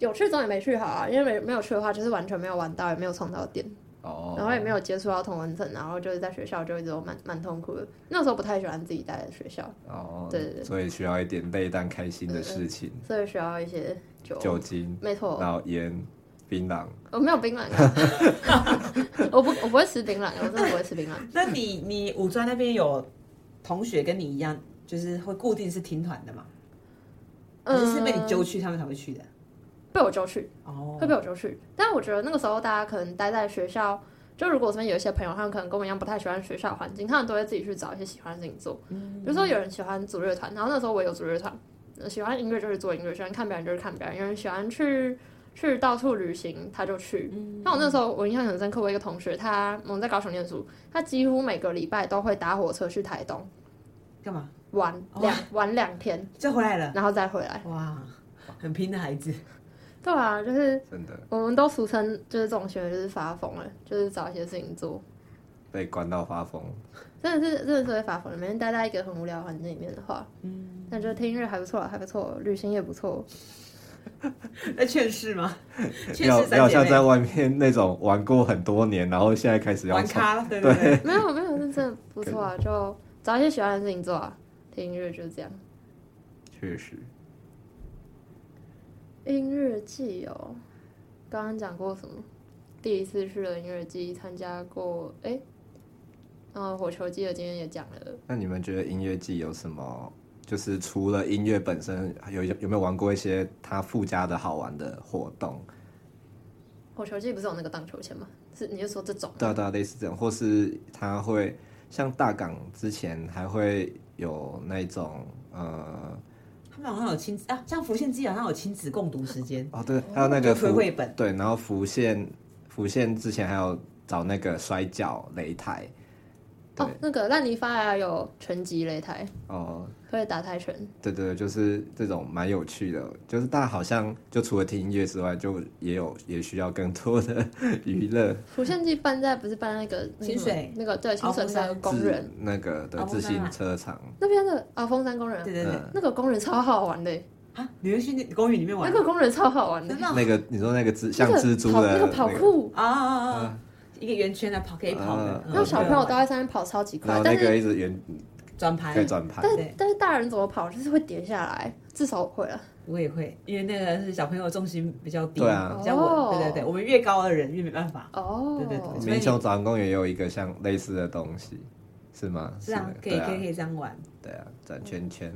有去总也没去好啊，因为没没有去的话，就是完全没有玩到，也没有充到电，哦，然后也没有接触到同文层，然后就是在学校就一直都蛮蛮痛苦的。那时候不太喜欢自己待在学校，哦，对对对所以需要一点累但开心的事情，所以需要一些酒。酒精，没错，然后烟、槟榔，我没有槟榔，啊 [laughs] 我不我不会吃槟榔，啊我真的不会吃槟榔。那你你五专那边有同学跟你一样，就是会固定是听团的嘛？嗯还是是被你揪去他们才会去的？被我揪去，哦会，被我揪去。但我觉得那个时候大家可能待在学校，就如果身边有一些朋友，他们可能跟我一样不太喜欢学校环境，他们都会自己去找一些喜欢的事情做。嗯比如说有人喜欢组乐团，然后那时候我也有组乐团，呃喜欢音乐就是做音乐，喜欢看表演就是看表演，有人喜欢去。去到处旅行，他就去。嗯那我那时候我印象很深刻，我一个同学，他我们在高雄念书，他几乎每个礼拜都会搭火车去台东干嘛？玩两、玩两天，就回来了？然后再回来。哇，很拼的孩子。对啊，就是真的我们都俗称就是这种行为就是发疯了，就是找一些事情做，被关到发疯。真的是真的是会发疯的。每天待在一个很无聊的环境里面的话，嗯，那就听音乐还不错啊，还不错，旅行也不错。在劝世吗？ [laughs] 劝要世要三姐像在妹。外面 [laughs] 那种玩过很多年，然后现在开始要玩从咖，对对对，没有没有，是真的不错啊，就找一些喜欢的事情做啊，听音乐就是这样。确实音乐季哦，刚刚讲过什么？第一次去了音乐季，参加过，哎、嗯、然后火球记的今天也讲了。那你们觉得音乐季有什么？就是除了音乐本身，有有没有玩过一些它附加的好玩的活动？火球季不是有那个荡秋千吗？是你是说这种？对啊对啊，类似这种，或是它会像大港之前还会有那种呃他们好像有亲子啊，像浮现机好像有亲子共读时间，哦对，还有那个就推浮绘本对，然后浮现浮现之前还有找那个摔跤擂台，对哦，那个烂泥发芽有拳击擂台，哦、可以打泰拳。 [laughs] 对对对，就是这种蛮有趣的，就是大家好像就除了听音乐之外，就也有也需要更多的 [laughs] 娱乐，浮现记办在不是办那个那个清水那个对清水那个工自人那个的哦自当行然车场，那边的啊峰山工人啊对，对对，嗯那个工人超好玩的，啊，你们去那公园里面那玩，啊个工人超好玩的真，的那个你说那个蜘像那个蜘蛛跑的那个跑嗯酷，啊啊啊啊，一个圆圈来跑可以跑的啊，嗯然后小朋友都对在上面跑超级然快后，那但个是一直圆转盘可以，转盘，但对是但是大人怎么跑就是会跌下来，至少我会啊了。我也会，因为那个是小朋友重心比较低，对啊比较稳，哦对对对，我们越高的人越没办法，哦，对对对民雄早安公园也有一个像类似的东西，是吗？是啊的，可以对啊可以可以这样玩。对啊，转圈圈，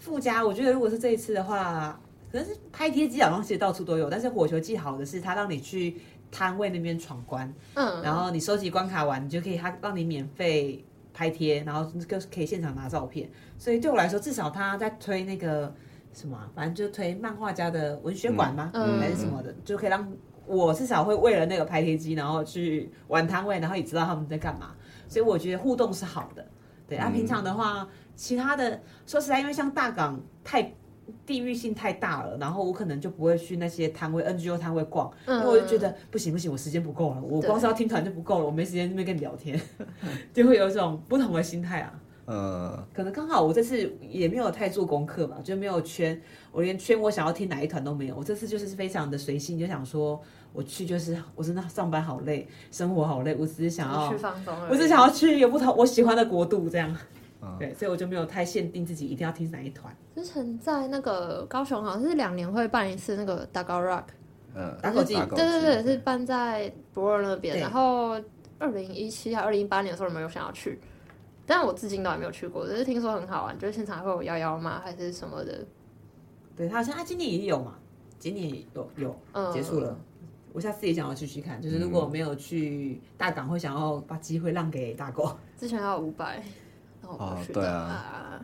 附加，我觉得如果是这一次的话，可能是拍贴机好像其实到处都有，但是火球季好的是它让你去摊位那边闯关，嗯，然后你收集关卡完，你就可以它让你免费拍贴，然后就可以现场拿照片。所以对我来说，至少他在推那个什么啊、反正就推漫画家的文学馆嘛，嗯嗯还是什么的，就可以让我至少会为了那个拍贴机，然后去玩摊位，然后也知道他们在干嘛。所以我觉得互动是好的。对，啊，嗯平常的话，其他的说实在，因为像大港太地域性太大了，然后我可能就不会去那些摊位 NGO 摊位逛，因嗯为我就觉得不行不行，我时间不够了，我对光是要听团就不够了，我没时间在那边跟你聊 [laughs] 天，就会有一种不同的心态啊。呃，可能刚好我这次也没有太做功课吧，就没有圈，我连圈我想要听哪一团都没有。我这次就是非常的随性，就想说我去就是我真的上班好累，生活好累，我只是想要嗯去放松而已，我只想要去有不同我喜欢的国度这样。啊呃对，所以我就没有太限定自己一定要听哪一团。之前在那个高雄好像是两年会办一次那个大高 rock，呃，打狗机打对对对，机是办在博尔那边。对然后二零一七还二零一八年的时候，我们有想要去，但我至今都还没有去过，只是听说很好玩，就是现场会有摇摇马还是什么的。对他好像他今年也有嘛，今年也有有、嗯结束了。我下次也想要去去看，就是如果嗯我没有去大港，会想要把机会让给大 [laughs] 狗。之前还有五百，然后我哦不去对的啊啊。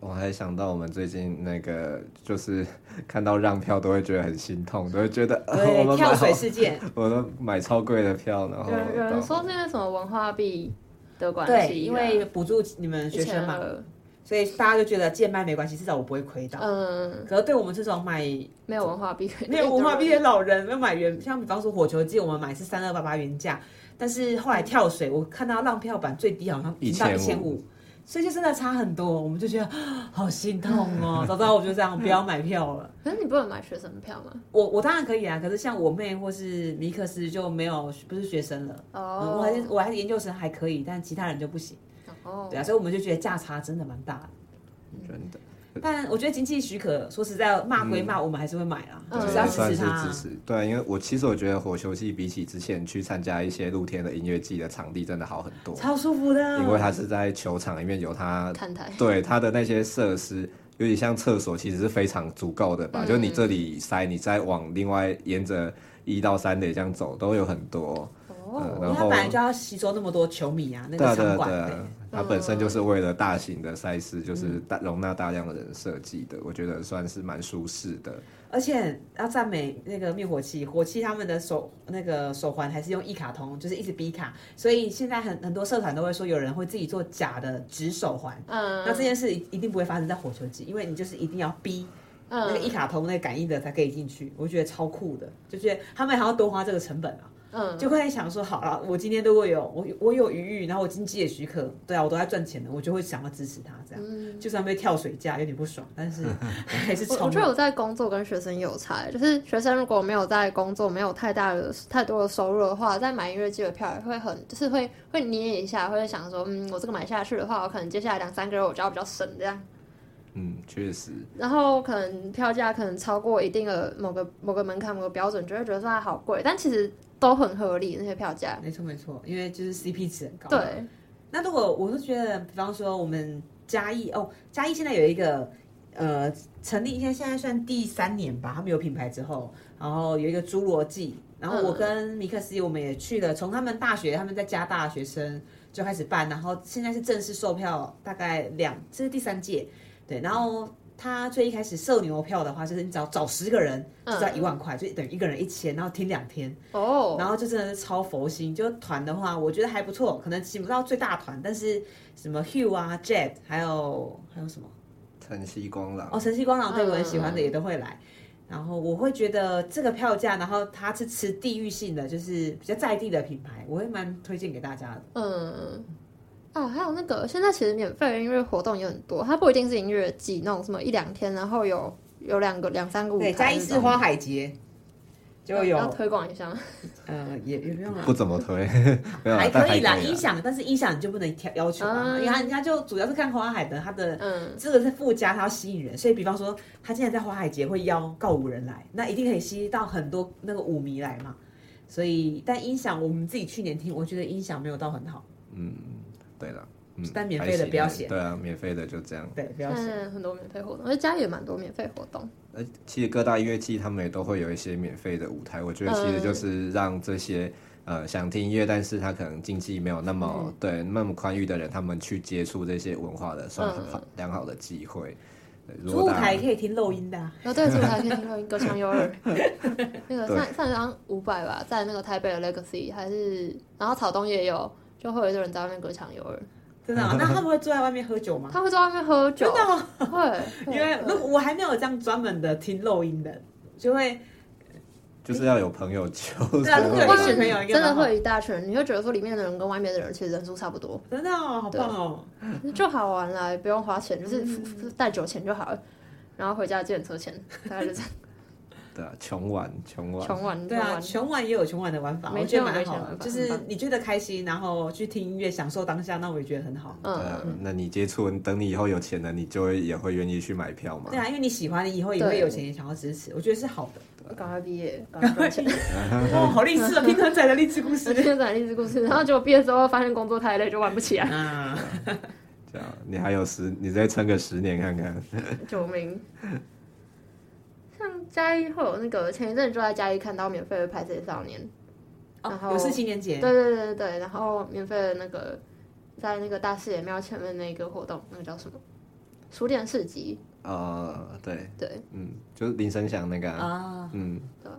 我还想到我们最近那个，就是看到让票都会觉得很心痛，都会觉得、呃、我对，们买跳好水，事 [laughs] 件，我都买超贵的票，然后有人有人到说是因为什么文化币的关系啊，对，因为补助你们学生嘛， 1200所以大家就觉得贱卖没关系，至少我不会亏到。嗯，可是对我们这种买没有文化币，没有文化币的老人，没有买原，像比方说火球季，我们买是三二八八原价，但是后来跳水，我看到浪票版最低好像已经到一千1500五，所以就真的差很多，我们就觉得 [gasps] 啊好心痛 [laughs] 哦。早知道我就这样不要买票了。可是你不能买学生票吗？我我当然可以啊，可是像我妹或是尼克斯就没有不是学生了，嗯我还是哦，我还是研究生还可以，但其他人就不行。哦对，啊，所以我们就觉得价差真的蛮大的。真的，但我觉得经济许可，说实在骂归骂，我们还是会买啦，嗯就对是要也支算持是他啊。支持。对啊，因为我其实我觉得火球季比起之前去参加一些露天的音乐季的场地真的好很多，超舒服的，因为它是在球场里面有它看台， [laughs] 对它的那些设施，尤其像厕所，其实是非常足够的吧？嗯就你这里塞，你再往另外沿着一到三垒这样走，都有很多。嗯哦，因然为他后本来就要吸收那么多球迷啊，那对啊个对场啊馆对对啊，它本身就是为了大型的赛事，嗯就是大容纳大量的人设计的，我觉得算是蛮舒适的。而且要赞美那个灭火器，火器他们的手那个手环还是用一卡通，就是一直逼卡，所以现在很很多社团都会说有人会自己做假的纸手环。嗯，那这件事一一定不会发生在火球季，因为你就是一定要逼嗯那个一卡通那个感应的才可以进去，我觉得超酷的，就觉得他们还要多花这个成本啊。嗯，就会想说，好了，我今天如果有我我有余裕，然后我经济也许可，对啊，我都在赚钱的，我就会想要支持他这样。就算被跳水架有点不爽，但是 [laughs] 还是嗯我冲啊我觉得了。我在工作跟学生有差，欸就是学生如果没有在工作，没有太大的太多的收入的话，在买音乐季的票也会很，就是会会捏一下，会想说，嗯，我这个买下去的话，我可能接下来两三个月我就要比较省这样。嗯，确实，然后可能票价可能超过一定的某个某个门槛、某个标准，就会觉得说它好贵，但其实都很合理那些票价。没错没错，因为就是 CP 值很高。对，那如果我是觉得，比方说我们嘉义哦，嘉义现在有一个呃成立，现在现在算第三年吧，他们有品牌之后，然后有一个侏罗纪，然后我跟米克斯我们也去了，从他们大学他们在加大学生就开始办，然后现在是正式售票，大概两这是第三届，对，然后。他最一开始售牛票的话，就是你只要找十个人，就只要一万块，就等于一个人一千，然后停两天。哦，然后就真的是超佛心。就团的话，我觉得还不错，可能请不到最大团，但是什么 Hugh 啊、Jed，还有还有什么晨曦光哦，朗，晨曦光廊对我很喜欢的嗯也都会来。然后我会觉得这个票价，然后它是吃地域性的，就是比较在地的品牌，我会蛮推荐给大家的。嗯，啊，还有那个，现在其实免费的音乐活动也很多，它不一定是音乐季那种什么一两天，然后有有两个两三个舞对，哎嘉台义那市种，花海节就要有，推广一下吗。呃，也也不用了不。怎么推， [laughs] 没有啦啊还但可以啦，可以音响，但是音响你就不能挑要求啊，嗯因为他人家就主要是看花海的，他的嗯，这个是附加，它要吸引人，所以比方说，他现在在花海节会邀告五人来，那一定可以吸到很多那个舞迷来嘛。所以，但音响我们自己去年听，我觉得音响没有到很好，嗯，对了，嗯，但免费的还行不要写对啊，免费的就这样。对，不要现写。在很多免费活动，而且家里也蛮多免费活动。呃，其实各大音乐季他们也都会有一些免费的舞台，我嗯觉得其实就是让这些、呃想听音乐，但是他可能经济没有那么、嗯对那么宽裕的人，他们去接触这些文化的算是嗯好良好的机会。对如主果舞大家台可以听漏音的、啊，然后对，这舞台可以听到歌唱 [laughs] 优儿，那个对上上一张五百吧，在那个台北的 Legacy 还是，然后草东也有，就会有一个人在外面歌唱优儿，真的 [laughs] 啊、那他们会坐在外面喝酒吗？他会在外面喝酒，真的会，因 [laughs] 会为会如果我还没有这样专门的听漏音的，就会就是要有朋友揪，对啊才如会果有一群外朋面友应该真的蛮好会一大群人，你会觉得说里面的人跟外面的人其实人数差不多，真的、哦、好棒哦！就好玩啦，也不用花钱，就是付付带酒钱就好了，然后回家借车钱，大 [laughs] 概就这样，对啊，穷玩穷玩，穷玩，对啊，穷穷玩也有穷玩的玩法，没我觉得错蛮没错好的，玩法就是很棒你觉得开心，然后去听音乐享受当下，那我也觉得很好。玩，对啊嗯，那你接触，等你以后有钱了，你就会也会愿意去买票嘛对。啊，因为你喜欢，你以后也会有钱，也想要支持，我觉得是好的。赶快毕业，赶快赚钱。 [laughs] 哦，好励志啊！拼团仔的励志故我事今天讲励志故事，然后结果毕业之后发现工作太累，就玩不起来，啊，这样，你还有十，你再撑个十年看看。救命！像嘉义会有那个前一阵就在嘉义看到免费的《拍摄少年》，然哦，后有事青年对节，对对对对，然后免费的那个在那个大视野庙前面那个活动，那个叫什么？书店市集，呃，对，对，嗯，就是林声祥那个啊，啊。嗯，对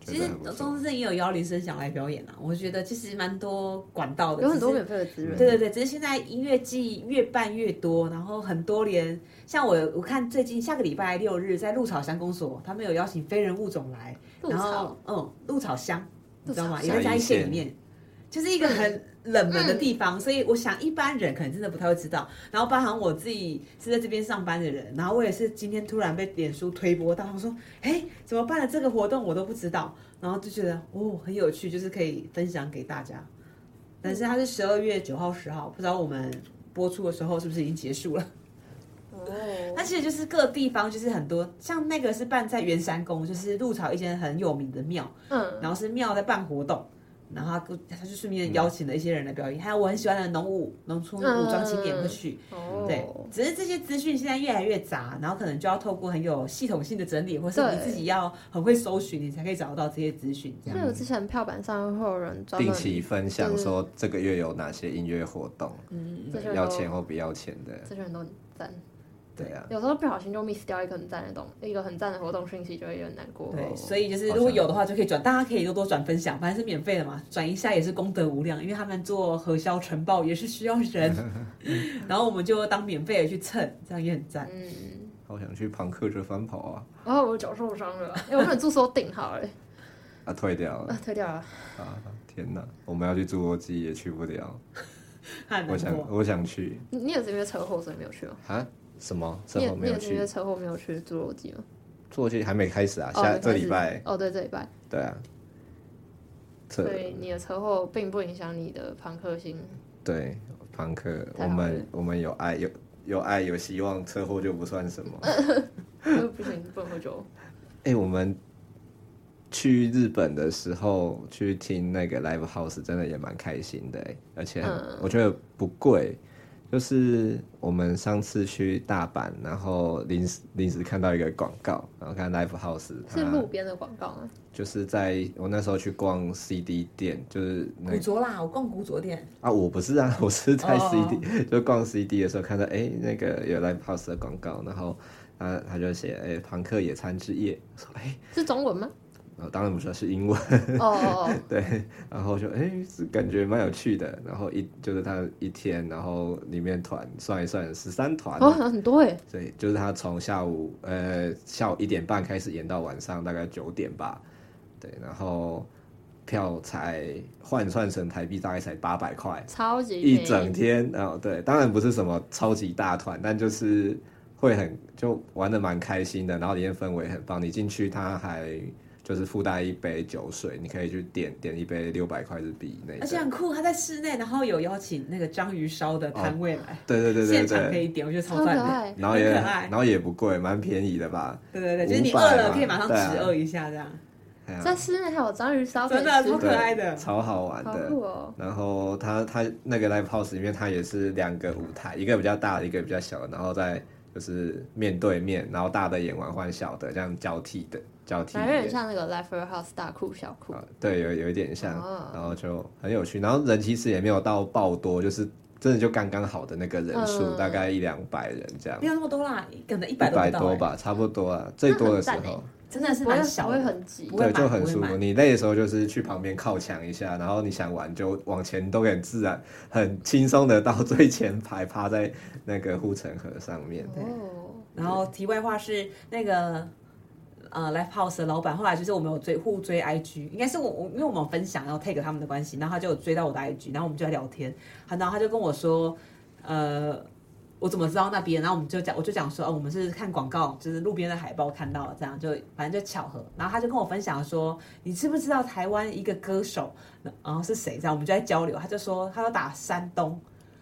觉其得实很不错中。正也有邀林声祥来表演啊，我觉得其实蛮多管道的，有很多只是免费的资源。对对对，只是现在音乐季越办越多，然后很多连像我我看最近下个礼拜六日在鹿草乡公所，他们有邀请非人物种来，鹿然草后嗯，鹿草乡，你知道吗？鹿草也在乡嘉义县里面，就是一个很冷门的地方，所以我想一般人可能真的不太会知道。然后包含我自己是在这边上班的人，然后我也是今天突然被脸书推播到，他说：“哎，怎么办了？这个活动我都不知道。”然后就觉得哦，很有趣，就是可以分享给大家。但是它是十二月九号、十号，不知道我们播出的时候是不是已经结束了？ [laughs] 哦那，其实就是各地方就是很多，像那个是办在圆山宫，就是鹿草一间很有名的庙，嗯，然后是庙在办活动，然后他他就顺便邀请了一些人来嗯表演，还有我很喜欢的农舞、农村嗯武装青年会去。哦，对，嗯只是这些资讯现在越来越杂，然后可能就要透过很有系统性的整理，或是你对自己要很会搜寻，你才可以找得到这些资讯。这因样，为我之前票板上会有人专定门期分享对说这个月有哪些音乐活动，嗯，这些人要都钱，哦或不要钱的，这些人都很赞。对啊，有时候不小心就 miss 掉一个很赞的东，一个很赞的活动讯息，就会有点难过。嗯哦对，所以就是如果有的话就可以转，大家可以多多转分享，反正是免费的嘛，转一下也是功德无量，因为他们做核销晨报也是需要 [laughs] 人，然后我们就当免费的去蹭，这样也很赞。嗯，好想去朋克这翻跑啊，然后我脚受伤了，哎，我本住宿订好了， [laughs] 啊，退掉了啊，退掉了。啊，天哪，我们要去侏罗纪也去不了，他很我难想过，我想去你你也是因为车祸所以没有去吗？啊，什么？你这也我你没有也是因去为，车祸没有去侏罗纪吗？侏罗纪还没开始啊，哦下没这关礼系拜，哦，对，这礼拜，对啊，所这以你的车祸 [laughs] 并不影响你的朋克心。对朋克，太我好们了我们有爱有有爱有希望，车祸就不算什么。不行，不能喝酒。哎、我们去日本的时候去听那个 live house，真的也蛮开心的、欸，而且很嗯我觉得不贵。就是我们上次去大阪，然后临时临时看到一个广告，然后看 live house，是它路边的广告吗？就是在我那时候去逛 CD 店，就是那古着啦，我逛古着店，啊，我不是啊，我 [laughs] 是在哦 CD、就逛 CD 的时候看到，哎、那个有 Live House 的广告，然后他他就写，哎、朋克野餐之夜，我说，哎、是中文 [laughs] 吗？呃当然不是，是英文，哦哦哦，对， [laughs] 然后就哎、是感觉蛮有趣的，然后一就是他一天，然后里面团算一算十三团，哦，很多哎，所以就是他从下午呃下午一点半开始演到晚上大概九点吧，对，然后票才换算成台币大概才八百块。超级一便宜整天哦，对，当然不是什么超级大团，但就是会很就玩的蛮开心的，然后里面氛围很棒。你进去，它还就是附带一杯酒水，你可以去点点一杯六百块日币那而且种。很酷。他在室内，然后有邀请那个章鱼烧的摊位来，对哦对对对现场可对，以点，我觉得超超可赞的。爱。然后也很可爱然后也不贵，蛮便宜的吧？对对对，就是你500饿了嘛可以马上对啊止饿一下，这样哎呀在室内还有章鱼烧可以真的啊吃超可爱的对。超好玩好的。酷哦！然后它它那个 live house 里面，它也是两个舞台，一个比较大的，一个比较小的，然后再就是面对面，然后大的演完换小的，这样交替的交替反正很演。像那个 Life House 大酷小酷，啊，对，有有一点像，哦然后就很有趣。然后人其实也没有到爆多，就是真的就刚刚好的那个人数，嗯大概一两百人这样没，有那么多啦，可能一一百都百不到、多欸，吧，差不多啊，最多的时那很候。真的是不会蛮小不会的。很挤不，会对，满就很不会舒服。满你累的时候就是去旁边靠墙一下，然后你想玩就往前都很自然、很轻松的到最前排，趴在那个护城河上面。哦，然后题外话是那个呃 l i v e House 的老板，后来就是我们有追互追 IG，应该是我我因为我们有分享然后 take 他们的关系，然后他就有追到我的 IG，然后我们就在聊天，然后他就跟我说，呃。我怎么知道那边？然后我们就讲，我就讲说，哦，我们是看广告，就是路边的海报看到了，这样就反正就巧合。然后他就跟我分享说，你知不知道台湾一个歌手，然后是谁？这样我们就在交流。他就说，他要打山东，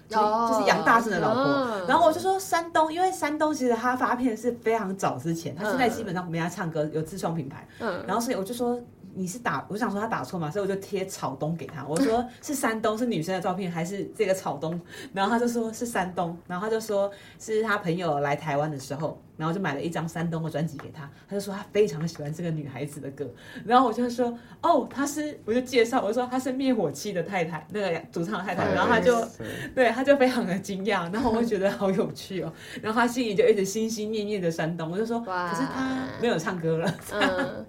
就是哦就是杨大正的老婆。嗯然后我就说山东，因为山东其实他发片是非常早之前，他现在基本上没在唱歌，有自创品牌。嗯，然后所以我就说你是打，我想说他打错嘛，所以我就贴草东给他，我 [laughs] 说是山东是女生的照片还是这个草东？然后他就说是山东，然后他就说是他朋友来台湾的时候，然后就买了一张山东的专辑给他，他就说他非常喜欢这个女孩子的歌，然后我就说哦，她是，我就介绍我就说她是灭火器的太太，那个主唱的太太，然后他就。 [laughs] 对，他就非常的惊讶，然后我就觉得好有趣哦， [laughs] 然后他心里就一直心心念念的山东，我就说，哇可是他没有唱歌了，嗯，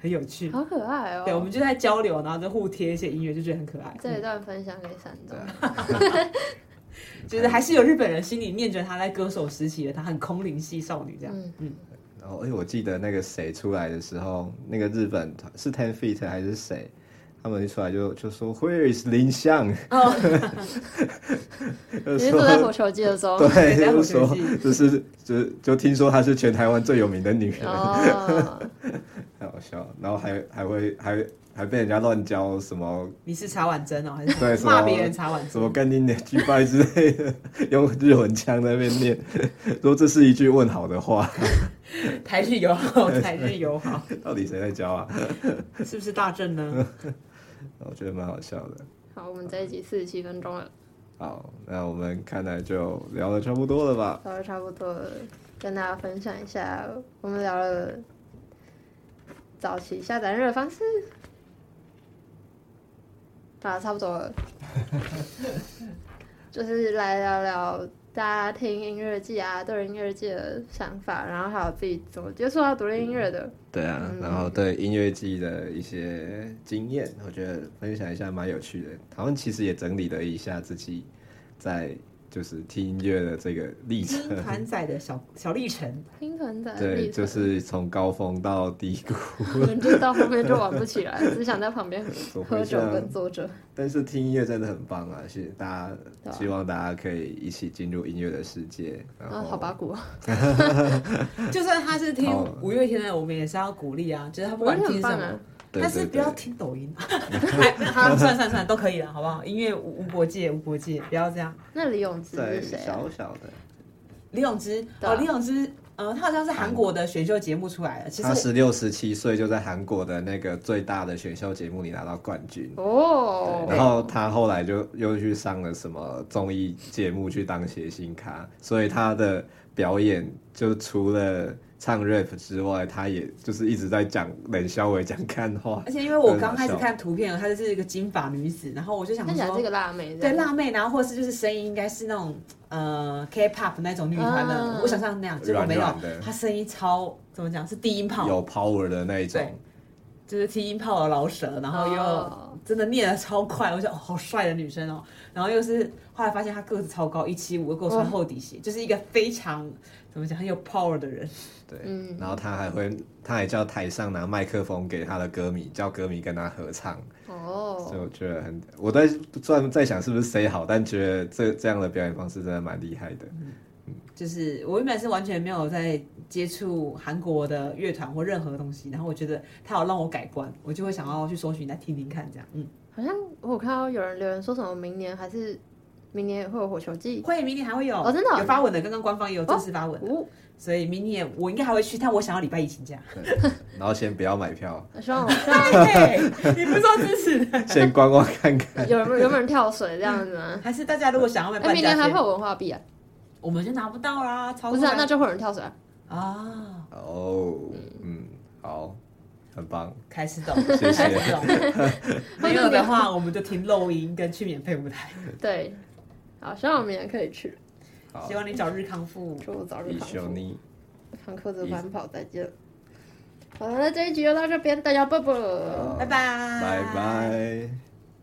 很有趣。好可爱哦。 [laughs] 对，我们就在交流，然后就互贴一些音乐，就觉得很可爱。这一段分享给山东对，啊嗯就是还是有日本人心里念着他在歌手时期的他很空灵系少女这样。嗯，然后，哎、我记得那个谁出来的时候，那个日本团是 Ten Feet 还是谁？他们一出来就就说 Where is 林相？哦，就你是坐在 [laughs] 说火球季的时候，对，哦在就火是球说季就是就就听说她是全台湾最有名的女人。哦，太好笑了，然后还还会还还被人家乱教什么你是茶碗蒸哦，还是 [laughs] 对骂什么别人茶碗什蒸？么干你娘鸡掰之类的，用日文腔在那边念， [laughs] 说这是一句问好的话，台日友 [laughs] 好，台日友好，到底谁在教啊？是不是大正 [laughs] 呢？我觉得蛮好笑的。好，我们这一集四十七分钟了，好，那我们看来就聊的差不多了吧？聊的差不多了，跟大家分享一下，我们聊了早期下载热的方式，啊，差不多了，就是来聊聊大家听音乐季啊，对音乐季的想法，然后还有自己怎么接触到独立音乐的，对啊，嗯然后对音乐季的一些经验，我觉得分享一下蛮有趣的。好像其实也整理了一下自己在就是听音乐的这个历金程。团仔的小小历程，听团仔的对，历程，就是从高峰到低谷，我们就到后面就玩不起来，只想在旁边走喝回酒向跟坐着。但是听音乐真的很棒啊！是大家、对啊希望大家可以一起进入音乐的世界，然后、啊，好八股，就算他是听好五月天的，我们也是要鼓励啊，就是他不我觉管得听很什棒啊么。。对但是对不要对听抖 [laughs] 音，好，算算算，都可以了，好不好？音乐无无国界，无国界，不要这样。那李永芝在是谁啊？小小的李永芝对啊哦，李永芝，呃，他好像是韩国的选秀节目出来的，其实他十六十七岁就在韩国的那个最大的选秀节目里拿到冠军，哦，然后他后来就又去上了什么综艺节目去当谐星咖，所以他的表演就除了唱 rap 之外，他也就是一直在讲冷笑伟讲干话而，且因为我刚开始很好笑看图片，她就是一个金发女子，然后我就想看起来是说个，辣妹，哦对，辣妹，然后或者是就是声音应该是那种呃 K-pop 那种女团的嗯，我想象那样，结果软没有软的，她声音超怎么讲是低音炮，有 power 的那一对种。就是低音炮的老舌，然后哦又真的念的超快，我想哦好帅的女生哦，然后又是后来发现她个子超高一七五，又给我穿厚底鞋，就是一个非常怎么讲很有 power 的人，对，嗯然后他还会，他还叫台上拿麦克风给他的歌迷，叫歌迷跟他合唱，所以哦，我觉得很，我在虽然在想是不是 say 好，但觉得这这样的表演方式真的蛮厉害的。就是我原本是完全没有在接触韩国的乐团或任何东西，然后我觉得他有让我改观，我就会想要去搜寻再听听看，这样，嗯，好像我有看到有人留言说什么明年还是明年也会有火球季，会明年还会有，哦真的哦有发文的，刚刚官方也有正式发文的，哦，所以明年我应该还会去，但我想要礼拜一请假。然后先不要买票， [laughs] 希 [laughs] 望我希对，你不是说支持的？先观望看望看。有人有没有人跳水这样子啊吗？还是大家如果想要买 [laughs] 哎，半明价年还会券，有文化币啊？我们就拿不到啦，超不是啊，那就会有人跳水啊。啊，哦，嗯，好，很棒，开始懂，谢谢开始懂。没有的哦话，我们就听录音跟去免费舞台。对，好，希望我明年可以去，好希，望你早日康复。祝我早日以康修复。尼，康克的奔跑，再见。好了，那这一集就到这边，大家啵啵。好拜拜，拜拜。